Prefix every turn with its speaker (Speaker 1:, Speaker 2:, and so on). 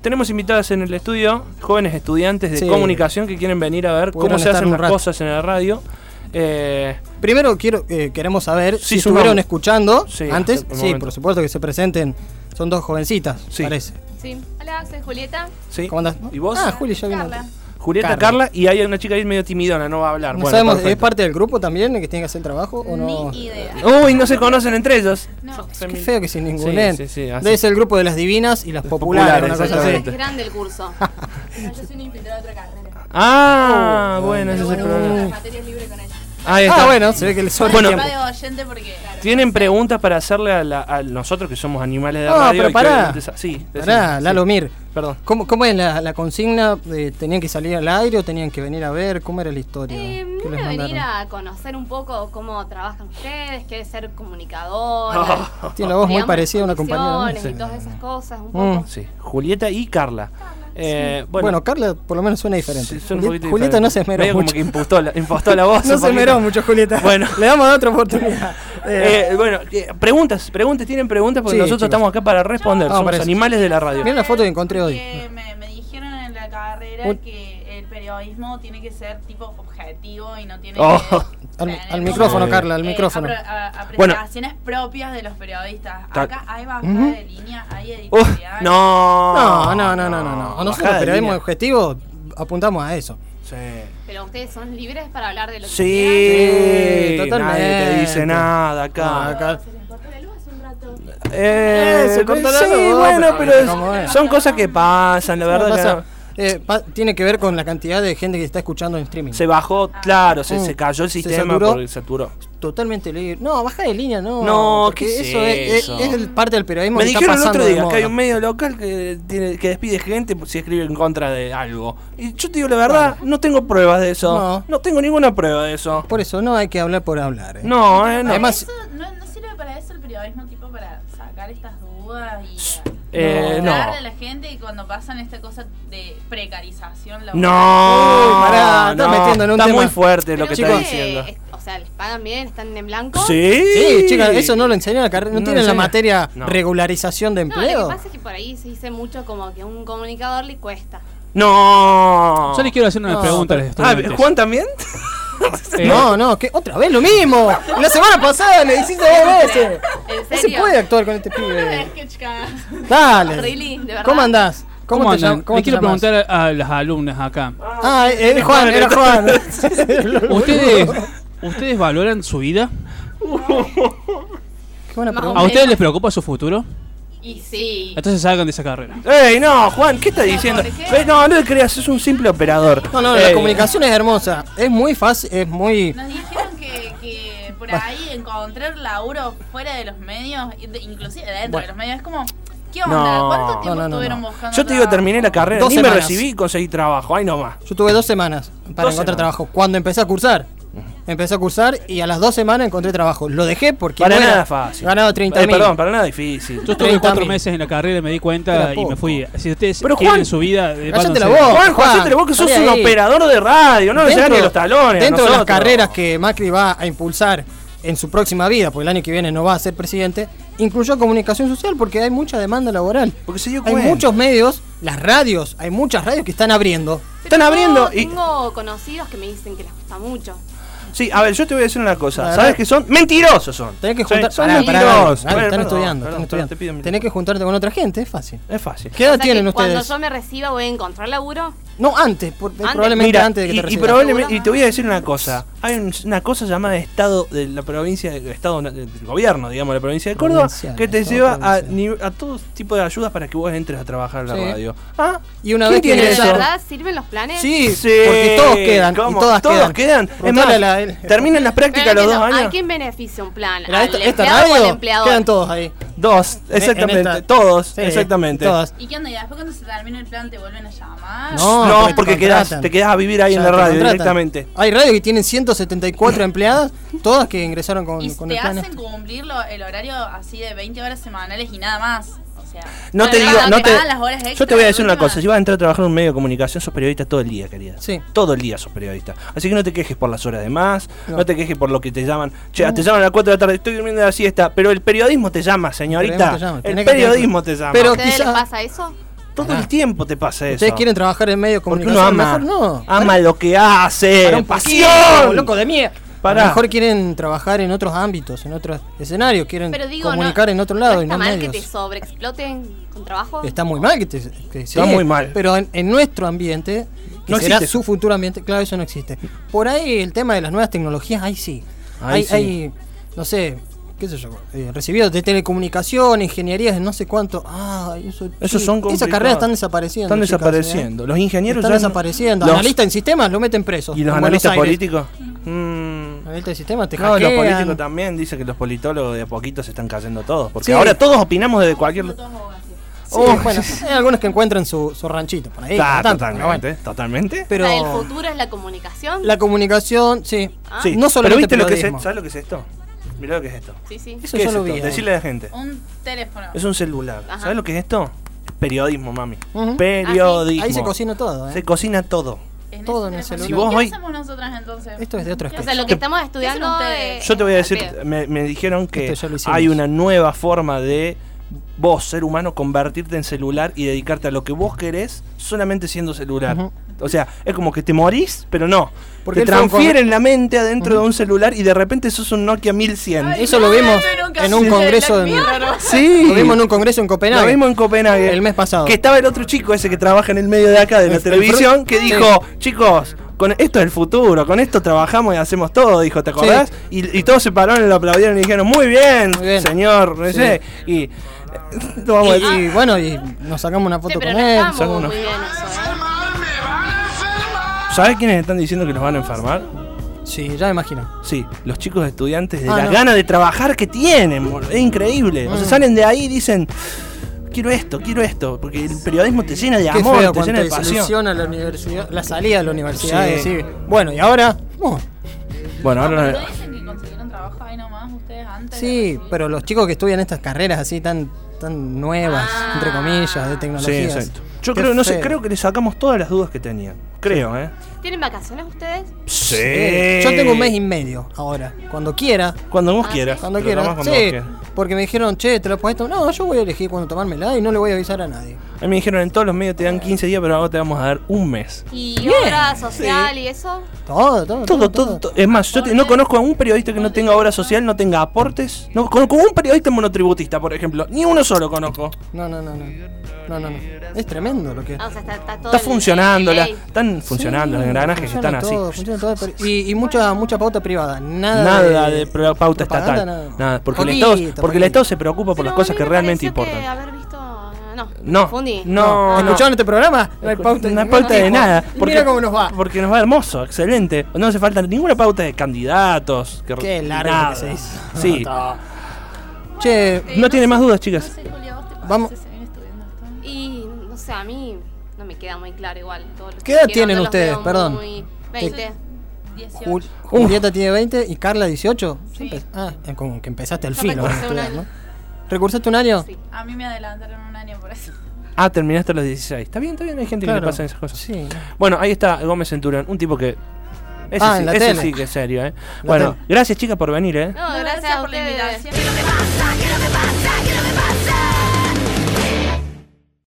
Speaker 1: tenemos invitadas en el estudio jóvenes estudiantes de
Speaker 2: Sí.
Speaker 1: comunicación que quieren venir a ver
Speaker 2: Pudieron
Speaker 1: cómo se
Speaker 2: estar
Speaker 1: hacen
Speaker 2: un
Speaker 1: las
Speaker 2: rato.
Speaker 1: cosas en la radio. Eh,
Speaker 2: Primero quiero, eh, queremos saber
Speaker 1: Sí,
Speaker 2: si
Speaker 1: su
Speaker 2: estuvieron
Speaker 1: nombre.
Speaker 2: escuchando
Speaker 1: Sí,
Speaker 2: antes.
Speaker 1: hasta el
Speaker 2: Sí,
Speaker 1: momento.
Speaker 2: por supuesto que se presenten. Son dos jovencitas,
Speaker 1: Sí.
Speaker 2: parece.
Speaker 3: Sí. Hola, soy Julieta.
Speaker 1: ¿sí?
Speaker 2: ¿Cómo andás?
Speaker 1: ¿Y vos?
Speaker 2: Ah, Juli, ya vino.
Speaker 3: Carla.
Speaker 1: Julieta,
Speaker 2: Carla.
Speaker 1: Carla. y hay una chica ahí medio timidona, no va a hablar.
Speaker 2: No
Speaker 1: Bueno,
Speaker 2: sabemos, ¿es
Speaker 1: perfecto.
Speaker 2: parte del grupo también que tiene que hacer el trabajo o no?
Speaker 3: Ni idea.
Speaker 1: Uy, no se conocen entre ellos.
Speaker 3: No.
Speaker 2: Qué feo que sin ningún
Speaker 1: Sí, sí, sí, así.
Speaker 2: Debe ser el grupo de las divinas y las populares,
Speaker 1: populares,
Speaker 2: una cosa así.
Speaker 3: Soy
Speaker 1: exactamente.
Speaker 3: la grande el curso. No, yo soy una infiltrada de otra carrera.
Speaker 2: Oh.
Speaker 1: Ah, bueno, ese es el
Speaker 3: Pero bueno,
Speaker 1: problema.
Speaker 3: las materias libres con ella.
Speaker 1: Ahí está.
Speaker 2: Ah, bueno, se ve que el sol
Speaker 1: Bueno,
Speaker 3: Va de oyente porque.
Speaker 1: ¿Tienen preguntas para hacerle a, la- a nosotros que somos animales de
Speaker 2: No,
Speaker 1: radio?
Speaker 2: Ah, pero
Speaker 1: y que
Speaker 2: pará.
Speaker 1: obviamente sa- Sí,
Speaker 2: Pará,
Speaker 1: decime,
Speaker 2: Lalo
Speaker 1: sí.
Speaker 2: Mir.
Speaker 1: Perdón.
Speaker 2: ¿Cómo, cómo es la, la consigna? Eh, ¿Tenían que salir al aire o tenían que venir a ver? ¿Cómo era la historia?
Speaker 3: Eh,
Speaker 2: ¿Qué
Speaker 3: voy
Speaker 2: les
Speaker 3: a venir
Speaker 2: mandaron?
Speaker 3: a conocer un poco cómo trabajan ustedes, qué es ser comunicador.
Speaker 2: Tiene la voz muy parecida a una compañera. ¿no?
Speaker 3: Y todas esas cosas, un
Speaker 2: Mm.
Speaker 3: poco.
Speaker 1: Sí, Julieta y Carla. Eh,
Speaker 2: Bueno,
Speaker 1: bueno,
Speaker 2: Carla por lo menos suena
Speaker 1: sí,
Speaker 2: diferente.
Speaker 1: son un
Speaker 2: Juli-
Speaker 1: poquito
Speaker 2: Julieta no se
Speaker 1: diferentes.
Speaker 2: esmeró
Speaker 1: Medio como
Speaker 2: mucho.
Speaker 1: que impostó la, impostó la voz.
Speaker 2: No
Speaker 1: un
Speaker 2: se esmeró
Speaker 1: poquito.
Speaker 2: mucho, Julieta.
Speaker 1: Bueno.
Speaker 2: le damos a otra oportunidad. Eh,
Speaker 1: Eh, bueno, eh, preguntas, preguntas, tienen preguntas porque
Speaker 2: Sí,
Speaker 1: nosotros
Speaker 2: chicos.
Speaker 1: estamos acá para responder.
Speaker 2: No,
Speaker 1: Somos
Speaker 2: parece.
Speaker 1: animales de la radio.
Speaker 2: Mira la foto que encontré hoy.
Speaker 4: Que me, me dijeron en la carrera
Speaker 2: Un-
Speaker 4: que el periodismo tiene que ser tipo objetivo y no tiene
Speaker 1: Oh.
Speaker 4: que
Speaker 2: Al,
Speaker 4: tener
Speaker 2: al
Speaker 4: como,
Speaker 2: micrófono,
Speaker 1: Eh,
Speaker 2: Carla, al
Speaker 4: eh,
Speaker 2: micrófono.
Speaker 4: apro- a-
Speaker 1: Bueno.
Speaker 4: apreciaciones propias de los periodistas.
Speaker 1: Ta-
Speaker 4: Acá hay bajada de línea, hay
Speaker 1: Uh,
Speaker 4: editorial.
Speaker 1: no,
Speaker 2: No, no, no, no, no. no. Nosotros,
Speaker 1: Bajada de
Speaker 2: periodismo
Speaker 1: línea.
Speaker 2: objetivo, apuntamos a eso.
Speaker 1: Sí.
Speaker 3: Pero ustedes son libres para hablar de lo que
Speaker 1: Sí,
Speaker 2: Sí, totalmente.
Speaker 1: nadie te dice nada acá.
Speaker 2: Ah, Car-
Speaker 1: Eh,
Speaker 2: Eh, se cortó la
Speaker 1: sí,
Speaker 2: luz,
Speaker 1: bueno,
Speaker 2: pero
Speaker 1: pero
Speaker 2: ¿cómo
Speaker 1: es-
Speaker 2: es?
Speaker 1: son cosas que pasan, la verdad. que
Speaker 2: pasa-
Speaker 1: no.
Speaker 2: eh, pa- tiene que ver con la cantidad de gente que está escuchando en streaming.
Speaker 1: Se bajó, claro, se,
Speaker 2: Mm.
Speaker 1: se cayó el
Speaker 2: Se
Speaker 1: sistema
Speaker 2: saturó.
Speaker 1: porque saturó.
Speaker 2: Totalmente libre. No, baja de línea, no.
Speaker 1: No,
Speaker 2: porque
Speaker 1: ¿qué es
Speaker 2: eso es,
Speaker 1: eso?
Speaker 2: es- es el parte del periodismo
Speaker 1: Me
Speaker 2: que está
Speaker 1: dijeron el
Speaker 2: pasando
Speaker 1: otro
Speaker 2: de
Speaker 1: día que
Speaker 2: moda.
Speaker 1: hay un medio local que, tiene, que despide gente si escribe en contra de algo. Y yo te digo la verdad, no tengo pruebas de eso. No,
Speaker 2: No.
Speaker 1: tengo ninguna prueba de eso.
Speaker 2: Por eso no hay que hablar por hablar. eh.
Speaker 1: No, eh, no.
Speaker 2: Además-
Speaker 4: Eso no, no sirve para eso el periodismo, tipo para sacar estas dudas y
Speaker 1: Eh, no.
Speaker 4: hablarle a la gente y cuando pasan esta cosa de precarización laboral.
Speaker 1: No,
Speaker 2: Uy, pará,
Speaker 1: no,
Speaker 2: estás metiendo en un
Speaker 1: está
Speaker 2: tema.
Speaker 1: muy fuerte
Speaker 3: Pero
Speaker 1: lo que
Speaker 3: ustedes,
Speaker 1: estás diciendo.
Speaker 3: eh, O sea, les pagan bien, están en blanco.
Speaker 1: Sí,
Speaker 2: Sí, chicas, eso no lo enseñó la carrera. No,
Speaker 1: No
Speaker 2: tienen
Speaker 1: lo
Speaker 2: la
Speaker 1: enseña.
Speaker 2: materia
Speaker 1: No.
Speaker 2: regularización de
Speaker 3: No, lo
Speaker 2: empleo.
Speaker 3: que pasa es que por ahí se dice mucho como que a un comunicador le cuesta.
Speaker 1: No.
Speaker 5: Yo les quiero hacer una
Speaker 2: No,
Speaker 5: pregunta a los
Speaker 1: Ah,
Speaker 5: estudiantes.
Speaker 1: ¿Juan también?
Speaker 5: Eh,
Speaker 2: No, no, que otra vez lo mismo. La semana pasada le hiciste dos veces.
Speaker 3: ¿En
Speaker 2: No se
Speaker 3: serio?
Speaker 2: puede actuar con este
Speaker 4: Es
Speaker 2: pibe.
Speaker 4: que, chicas,
Speaker 2: Dale.
Speaker 3: Really, de verdad.
Speaker 2: ¿Cómo andás?
Speaker 5: ¿Cómo,
Speaker 2: te
Speaker 5: andan?
Speaker 2: llam- cómo
Speaker 5: Les
Speaker 2: te
Speaker 5: quiero
Speaker 2: llamás?
Speaker 5: preguntar a, a las alumnas acá.
Speaker 2: Ah, era Juan, era Juan.
Speaker 5: ¿Ustedes, ¿Ustedes valoran su vida?
Speaker 2: Qué buena pregunta.
Speaker 3: Más o
Speaker 5: ¿A
Speaker 3: menos.
Speaker 5: ustedes les preocupa su futuro?
Speaker 3: Y sí.
Speaker 5: Entonces salgan de esa carrera.
Speaker 1: ¡Ey, no, Juan! ¿Qué estás
Speaker 3: Pero,
Speaker 1: diciendo?
Speaker 3: ¿por qué?
Speaker 1: Eh, no, no le creas, es un simple operador.
Speaker 2: No, no,
Speaker 1: Ey.
Speaker 2: la comunicación es hermosa. Es muy fácil, es muy.
Speaker 4: nos dijeron que, que por ahí encontrar laburo fuera de los medios, y de- inclusive dentro
Speaker 1: Bueno.
Speaker 4: de los medios, es como, ¿qué onda?
Speaker 1: No.
Speaker 4: ¿Cuánto tiempo
Speaker 2: No, no, no,
Speaker 4: estuvieron
Speaker 2: no.
Speaker 4: buscando?
Speaker 1: Yo te digo,
Speaker 4: trabajo?
Speaker 1: terminé la carrera,
Speaker 2: Dos
Speaker 1: ni me
Speaker 2: semanas.
Speaker 1: recibí y conseguí trabajo. Ahí nomás.
Speaker 2: Yo tuve dos semanas para
Speaker 1: Dos
Speaker 2: encontrar
Speaker 1: semanas.
Speaker 2: trabajo. Cuando empecé a cursar, empecé a cursar y a las dos semanas encontré trabajo. Lo dejé porque
Speaker 1: Para
Speaker 2: no era-
Speaker 1: nada fácil.
Speaker 2: Ganaba 30
Speaker 1: Eh,
Speaker 2: mil.
Speaker 1: Perdón, para nada difícil.
Speaker 5: Yo estuve cuatro
Speaker 2: 30.000.
Speaker 5: meses en la carrera y me di cuenta
Speaker 2: Era
Speaker 5: y me fui. Si ustedes
Speaker 1: Pero,
Speaker 5: quieren
Speaker 1: Juan,
Speaker 5: su vida, eh,
Speaker 2: cállate la
Speaker 5: váyanse.
Speaker 2: boca.
Speaker 1: Juan, Juan,
Speaker 2: Juan,
Speaker 1: hacete la voz que sos
Speaker 2: salí
Speaker 1: un
Speaker 2: ahí.
Speaker 1: operador de radio, no le llegan ni los talones. a
Speaker 2: dentro de las
Speaker 1: nosotros.
Speaker 2: carreras que Macri va a impulsar en su próxima vida, porque el año que viene no va a ser presidente, incluyó comunicación social porque hay mucha demanda laboral.
Speaker 1: Porque se dio
Speaker 2: Hay
Speaker 1: cuenta.
Speaker 2: muchos medios, las radios, hay muchas radios que están abriendo.
Speaker 1: Están abriendo
Speaker 3: Yo
Speaker 1: y.
Speaker 3: Tengo conocidos que me dicen que les cuesta mucho.
Speaker 1: Sí, a ver, yo te voy a decir una cosa.
Speaker 2: La
Speaker 1: ¿Sabes
Speaker 2: verdad-
Speaker 1: qué son? Mentirosos son.
Speaker 2: Tenés que
Speaker 1: Sí,
Speaker 2: juntar.
Speaker 1: Son
Speaker 2: Pará, pará, dale,
Speaker 1: mentirosos.
Speaker 2: dale,
Speaker 1: Bueno,
Speaker 2: están
Speaker 1: perdón,
Speaker 2: estudiando,
Speaker 1: perdón,
Speaker 2: están
Speaker 1: te
Speaker 2: estudiando.
Speaker 1: pido mil-
Speaker 2: Tenés que juntarte con otra gente, es fácil.
Speaker 1: Es fácil.
Speaker 2: ¿Qué edad
Speaker 3: O sea que
Speaker 2: tienen
Speaker 3: Cuando
Speaker 2: ustedes?
Speaker 3: yo me reciba voy a encontrar laburo.
Speaker 2: No, antes, por-
Speaker 3: Antes.
Speaker 2: probablemente
Speaker 1: Mira,
Speaker 2: antes de que
Speaker 1: y,
Speaker 2: te
Speaker 1: y
Speaker 2: recibas.
Speaker 1: probablemente, y te voy a decir una cosa. Hay un- una cosa llamada Estado de la provincia, de- Estado na- del gobierno, digamos, de la provincia de Córdoba,
Speaker 2: Provincial,
Speaker 1: que te
Speaker 2: Estado
Speaker 1: lleva a,
Speaker 2: provincial.
Speaker 1: nive- a todo tipo de ayudas para que vos entres a trabajar en la
Speaker 2: Sí.
Speaker 1: radio. Ah,
Speaker 2: Y una
Speaker 1: ¿Quién
Speaker 2: vez que
Speaker 1: tiene
Speaker 3: ¿De
Speaker 1: eso?
Speaker 2: ingresas-
Speaker 3: verdad sirven los planes?
Speaker 2: Sí, porque todos quedan. y
Speaker 1: ¿cómo?
Speaker 2: todas
Speaker 1: todos quedan.
Speaker 2: quedan.
Speaker 1: Es
Speaker 2: Preguntale
Speaker 1: más,
Speaker 2: a la- el-
Speaker 1: terminan las
Speaker 3: Pero
Speaker 1: prácticas los dos
Speaker 3: entiendo, ¿A
Speaker 1: años.
Speaker 3: quién beneficia un plan?
Speaker 2: Mirá,
Speaker 3: ¿Al
Speaker 2: esta, esta
Speaker 3: empleado o al
Speaker 2: radio
Speaker 3: empleador?
Speaker 2: quedan todos ahí.
Speaker 1: Dos, exactamente.
Speaker 2: esta-
Speaker 1: todos,
Speaker 2: Sí,
Speaker 1: exactamente.
Speaker 2: todas.
Speaker 4: ¿Y qué onda? ¿Y después cuando se termina el plan te vuelven a llamar?
Speaker 2: No,
Speaker 1: No, pues,
Speaker 2: porque te
Speaker 1: porque quedás,
Speaker 2: contratan.
Speaker 1: te quedás a vivir ahí
Speaker 2: Ya
Speaker 1: en la
Speaker 2: te
Speaker 1: radio
Speaker 2: contratan.
Speaker 1: directamente.
Speaker 2: Hay radios que tienen 174 empleadas, todas que ingresaron con,
Speaker 4: Y
Speaker 2: con
Speaker 4: te
Speaker 2: el plan.
Speaker 1: este.
Speaker 2: este.
Speaker 4: hacen cumplir lo- el horario así de 20 horas semanales y nada más. O sea,
Speaker 1: No te
Speaker 4: la
Speaker 1: digo,
Speaker 4: verdad,
Speaker 1: no te.
Speaker 4: pagan las horas
Speaker 1: Yo
Speaker 4: extras,
Speaker 1: te voy a
Speaker 4: de
Speaker 1: decir una
Speaker 4: última.
Speaker 1: cosa. Si vas a entrar a trabajar en un medio de comunicación, sos periodista todo el día, querida.
Speaker 2: Sí.
Speaker 1: Todo el día sos periodista. Así que no te quejes por las horas de más, no,
Speaker 2: No.
Speaker 1: te quejes por lo que te llaman. Che, te llaman a las 4 de la tarde, estoy durmiendo la siesta. Pero el periodismo te llama, señorita.
Speaker 2: periodismo te llama,
Speaker 1: El
Speaker 2: tenés que
Speaker 1: periodismo te llama.
Speaker 3: ¿A
Speaker 2: Pero-
Speaker 3: ustedes
Speaker 2: quizá-
Speaker 3: les pasa eso?
Speaker 1: Todo el tiempo te pasa eso.
Speaker 2: Ustedes quieren trabajar en medios de
Speaker 1: Porque uno
Speaker 2: comunicación,
Speaker 1: ama.
Speaker 2: mejor no.
Speaker 1: Ama lo que hace.
Speaker 2: Para un
Speaker 1: Ah, eh, pasión.
Speaker 2: poquito, loco de mierda. A
Speaker 1: Pará.
Speaker 2: lo mejor quieren trabajar en otros ámbitos, en otros escenarios, quieren
Speaker 3: Pero digo,
Speaker 2: comunicar
Speaker 3: no,
Speaker 2: en otro lado
Speaker 3: ¿no
Speaker 2: y
Speaker 3: está
Speaker 2: no en
Speaker 3: mal
Speaker 2: medios.
Speaker 3: que te sobreexploten con trabajo.
Speaker 2: Está muy mal que te. que-
Speaker 1: Está muy mal.
Speaker 2: Pero en, en nuestro ambiente, que
Speaker 1: No
Speaker 2: será
Speaker 1: existe
Speaker 2: su futuro ambiente, claro, eso no existe. Por ahí el tema de las nuevas tecnologías, ahí sí.
Speaker 1: Ahí
Speaker 2: Hay,
Speaker 1: sí.
Speaker 2: hay, no sé, qué sé yo, eh, recibidos de telecomunicación, ingenierías, de no sé cuánto. Ah, eso,
Speaker 1: Esos
Speaker 2: sí,
Speaker 1: son
Speaker 2: Esas
Speaker 1: complicados.
Speaker 2: carreras están desapareciendo.
Speaker 1: Están
Speaker 2: chicas,
Speaker 1: desapareciendo.
Speaker 2: ¿eh?
Speaker 1: Los ingenieros
Speaker 2: Están
Speaker 1: ya no-
Speaker 2: desapareciendo.
Speaker 1: Los-
Speaker 2: Analistas en sistemas lo meten preso.
Speaker 1: ¿Y los
Speaker 2: en Buenos
Speaker 1: analistas
Speaker 2: Aires.
Speaker 1: políticos? Mm.
Speaker 2: Analistas en sistemas te
Speaker 1: No, los
Speaker 2: hackean.
Speaker 1: políticos también dicen que los politólogos de a poquito se están cayendo todos. Porque
Speaker 2: Sí.
Speaker 1: ahora todos opinamos de cualquier.
Speaker 2: Sí,
Speaker 1: Oh,
Speaker 2: bueno, hay algunos que encuentran su, su ranchito por ahí.
Speaker 1: Ta-
Speaker 2: no tanto, pero bueno.
Speaker 1: totalmente, totalmente.
Speaker 2: Pero
Speaker 3: O sea, el futuro es la comunicación.
Speaker 2: la comunicación, sí.
Speaker 3: Ah.
Speaker 1: Sí,
Speaker 2: No
Speaker 1: pero
Speaker 2: solamente
Speaker 1: viste lo que es,
Speaker 2: periodismo.
Speaker 1: ¿sabes lo que es esto? Mirá lo que es esto.
Speaker 3: Sí, sí.
Speaker 2: Eso
Speaker 1: ¿Qué
Speaker 2: yo
Speaker 1: es
Speaker 2: lo
Speaker 1: esto?
Speaker 2: vi. eh.
Speaker 1: Decirle a la gente.
Speaker 4: Un teléfono.
Speaker 1: Es un celular.
Speaker 3: Ajá.
Speaker 1: ¿Sabes lo que es esto? Es periodismo, mami.
Speaker 2: Ujú.
Speaker 1: Periodismo.
Speaker 2: Ahí se cocina todo, ¿eh?
Speaker 1: Se cocina todo.
Speaker 4: En
Speaker 2: todo
Speaker 4: ese
Speaker 2: en el
Speaker 4: teléfono.
Speaker 1: celular. Si vos
Speaker 4: ¿Qué
Speaker 1: hoy-
Speaker 4: hacemos nosotras entonces?
Speaker 2: Esto es de otro
Speaker 4: ¿Qué
Speaker 3: O
Speaker 2: especie.
Speaker 3: sea, lo
Speaker 1: Te-
Speaker 3: que estamos
Speaker 4: ¿Qué
Speaker 3: estudiando
Speaker 4: hacen
Speaker 3: es...
Speaker 4: ustedes?
Speaker 1: Yo te voy a
Speaker 3: al
Speaker 1: decir,
Speaker 3: pedo.
Speaker 1: me, me dijeron que
Speaker 2: Esto ya lo hicimos.
Speaker 1: hay una nueva forma de vos, ser humano, convertirte en celular y dedicarte a lo que vos querés solamente siendo celular.
Speaker 2: Ujú.
Speaker 1: O sea, es como que te morís, pero no.
Speaker 2: Porque
Speaker 1: Porque te
Speaker 2: él fue un
Speaker 1: transfieren la mente adentro de un celular y de repente sos un Nokia 1100.
Speaker 4: Ay,
Speaker 2: Eso lo
Speaker 4: no,
Speaker 2: vimos
Speaker 4: yo nunca
Speaker 2: en un
Speaker 4: sé,
Speaker 2: congreso
Speaker 4: la
Speaker 2: en,
Speaker 4: mierda.
Speaker 1: sí.
Speaker 2: lo vimos en un congreso en
Speaker 1: Lo
Speaker 2: Copenhague.
Speaker 1: mismo en Copenhague.
Speaker 2: El mes pasado.
Speaker 1: Que estaba el otro chico ese que trabaja en el medio de acá de la
Speaker 2: El- el
Speaker 1: televisión que
Speaker 2: fru-
Speaker 1: dijo, chicos, con esto es el futuro, con esto trabajamos y hacemos todo, dijo, ¿te acordás? Y, y todos se pararon y lo aplaudieron y dijeron, muy bien,
Speaker 2: Muy bien.
Speaker 1: señor, no
Speaker 2: Sí.
Speaker 1: sé. Y eh, no vamos a
Speaker 2: y,
Speaker 1: decir-
Speaker 2: y bueno, y nos sacamos una foto
Speaker 3: Sí, pero
Speaker 2: con
Speaker 3: no
Speaker 2: él.
Speaker 3: estábamos
Speaker 1: son
Speaker 3: muy
Speaker 1: unos-
Speaker 3: bien eso, ¿eh?
Speaker 2: ah.
Speaker 1: ¿Sabés quiénes están diciendo que los van a enfermar?
Speaker 2: Sí, ya me imagino.
Speaker 1: Sí, los chicos estudiantes de
Speaker 2: Ah,
Speaker 1: la
Speaker 2: no.
Speaker 1: gana de trabajar que tienen, boludo, es increíble. O sea,
Speaker 2: Mm.
Speaker 1: salen de ahí y dicen, quiero esto, quiero esto, porque el periodismo te llena de
Speaker 2: Qué
Speaker 1: amor,
Speaker 2: feo
Speaker 1: te
Speaker 2: cuando
Speaker 1: llena de
Speaker 2: te
Speaker 1: pasión.
Speaker 2: soluciona la universidad, la salida de la universidad.
Speaker 1: Sí.
Speaker 2: y sí. Bueno, y ahora, oh,
Speaker 1: Bueno,
Speaker 4: No,
Speaker 1: ahora
Speaker 4: pero dicen que consiguieron trabajo ahí nomás ustedes antes. de
Speaker 2: sí,
Speaker 4: recibir.
Speaker 2: pero los chicos que estudian estas carreras así tan tan nuevas,
Speaker 3: Ah.
Speaker 2: entre comillas, de
Speaker 1: Sí,
Speaker 2: tecnologías.
Speaker 1: exacto. Yo
Speaker 2: Qué
Speaker 1: creo, no sé,
Speaker 2: feo.
Speaker 1: creo que le sacamos todas las dudas que tenían. Creo, ¿eh?
Speaker 3: ¿Tienen vacaciones ustedes?
Speaker 2: Sí. Yo tengo un mes y medio ahora. Cuando quiera,
Speaker 1: Cuando vos quieras.
Speaker 2: Cuando
Speaker 1: Te lo
Speaker 2: quiera.
Speaker 1: tomás cuando
Speaker 2: sí,
Speaker 1: vos quieras.
Speaker 2: porque me dijeron, che, te lo puedes tomar. No, yo voy a elegir cuando tomármela y no le voy a avisar a nadie.
Speaker 1: A mí me dijeron en todos los medios te dan 15 días, pero ahora te vamos a dar un mes.
Speaker 3: ¿Y obra social y eso?
Speaker 2: Todo, todo.
Speaker 1: Todo, todo, todo. Es más, yo te- no conozco a un periodista que no tenga obra social, no tenga aportes. No conozco a un periodista monotributista, por ejemplo. Ni uno solo conozco.
Speaker 2: No, no, no, no. No, no, no. Es tremendo lo que.
Speaker 3: Ah, o sea, está, está todo
Speaker 1: Está
Speaker 3: el-
Speaker 1: funcionando,
Speaker 3: el
Speaker 1: la-
Speaker 3: ley.
Speaker 1: están funcionando
Speaker 2: Sí,
Speaker 1: los engranajes que
Speaker 2: funciona
Speaker 1: están así.
Speaker 2: todo, funciona todo, pero- y y mucha, mucha pauta privada. Nada,
Speaker 1: Nada de pro- pauta
Speaker 2: propaganda,
Speaker 1: estatal.
Speaker 2: nada.
Speaker 1: Nada, porque, el
Speaker 2: Poquito,
Speaker 1: Estado, porque el
Speaker 2: poquito.
Speaker 1: Estado se preocupa por las
Speaker 3: Pero
Speaker 1: cosas
Speaker 3: a mí
Speaker 1: que
Speaker 3: me
Speaker 1: realmente
Speaker 3: pareció que
Speaker 1: importan.
Speaker 3: haber visto... ah, No,
Speaker 1: No,
Speaker 3: confundí. Ah,
Speaker 1: no, no.
Speaker 2: ¿Escucharon este programa? No hay pauta,
Speaker 1: una pauta de
Speaker 2: Hijo,
Speaker 1: nada.
Speaker 2: Mira cómo nos va.
Speaker 1: Porque nos va hermoso, excelente. No hace falta ninguna pauta de candidatos. que-
Speaker 2: Qué largo
Speaker 1: nada.
Speaker 2: que se hizo.
Speaker 1: Sí.
Speaker 2: Che,
Speaker 1: No tiene más dudas, chicas.
Speaker 4: No Eh, sé, Julia, ¿vos te parece
Speaker 2: Vamos.
Speaker 4: seguir estudiando esto?
Speaker 3: Y, no sé, a mí no me queda muy claro igual. todo lo que
Speaker 2: ¿Qué edad
Speaker 3: quiero,
Speaker 2: tienen
Speaker 3: no los
Speaker 2: ustedes?
Speaker 3: veo
Speaker 2: Perdón.
Speaker 3: muy- 20.
Speaker 4: 18.
Speaker 2: Jul- Julieta tiene 20 y Carla 18. Ya empe- Ah, eh, como que empezaste el
Speaker 3: Yo
Speaker 2: filo. a
Speaker 3: recursé un
Speaker 2: estudiar,
Speaker 3: año.
Speaker 2: ¿no? ¿Recursaste un año?
Speaker 3: Sí.
Speaker 4: A mí me adelantaron un año por eso.
Speaker 1: Ah, terminaste a los 16. Está bien, está bien. Hay gente que
Speaker 2: Claro.
Speaker 1: le pasan esas cosas.
Speaker 2: Sí.
Speaker 1: Bueno, ahí está Gómez Centurión, un tipo que. Ese,
Speaker 2: Ah,
Speaker 1: sí,
Speaker 2: en la
Speaker 1: ese
Speaker 2: tele.
Speaker 1: sí que es serio, ¿eh? Bueno,
Speaker 2: tele.
Speaker 1: gracias, chicas, por venir, ¿eh?
Speaker 3: No,
Speaker 4: No,
Speaker 3: gracias, a
Speaker 4: por la
Speaker 3: ustedes.
Speaker 4: invitación.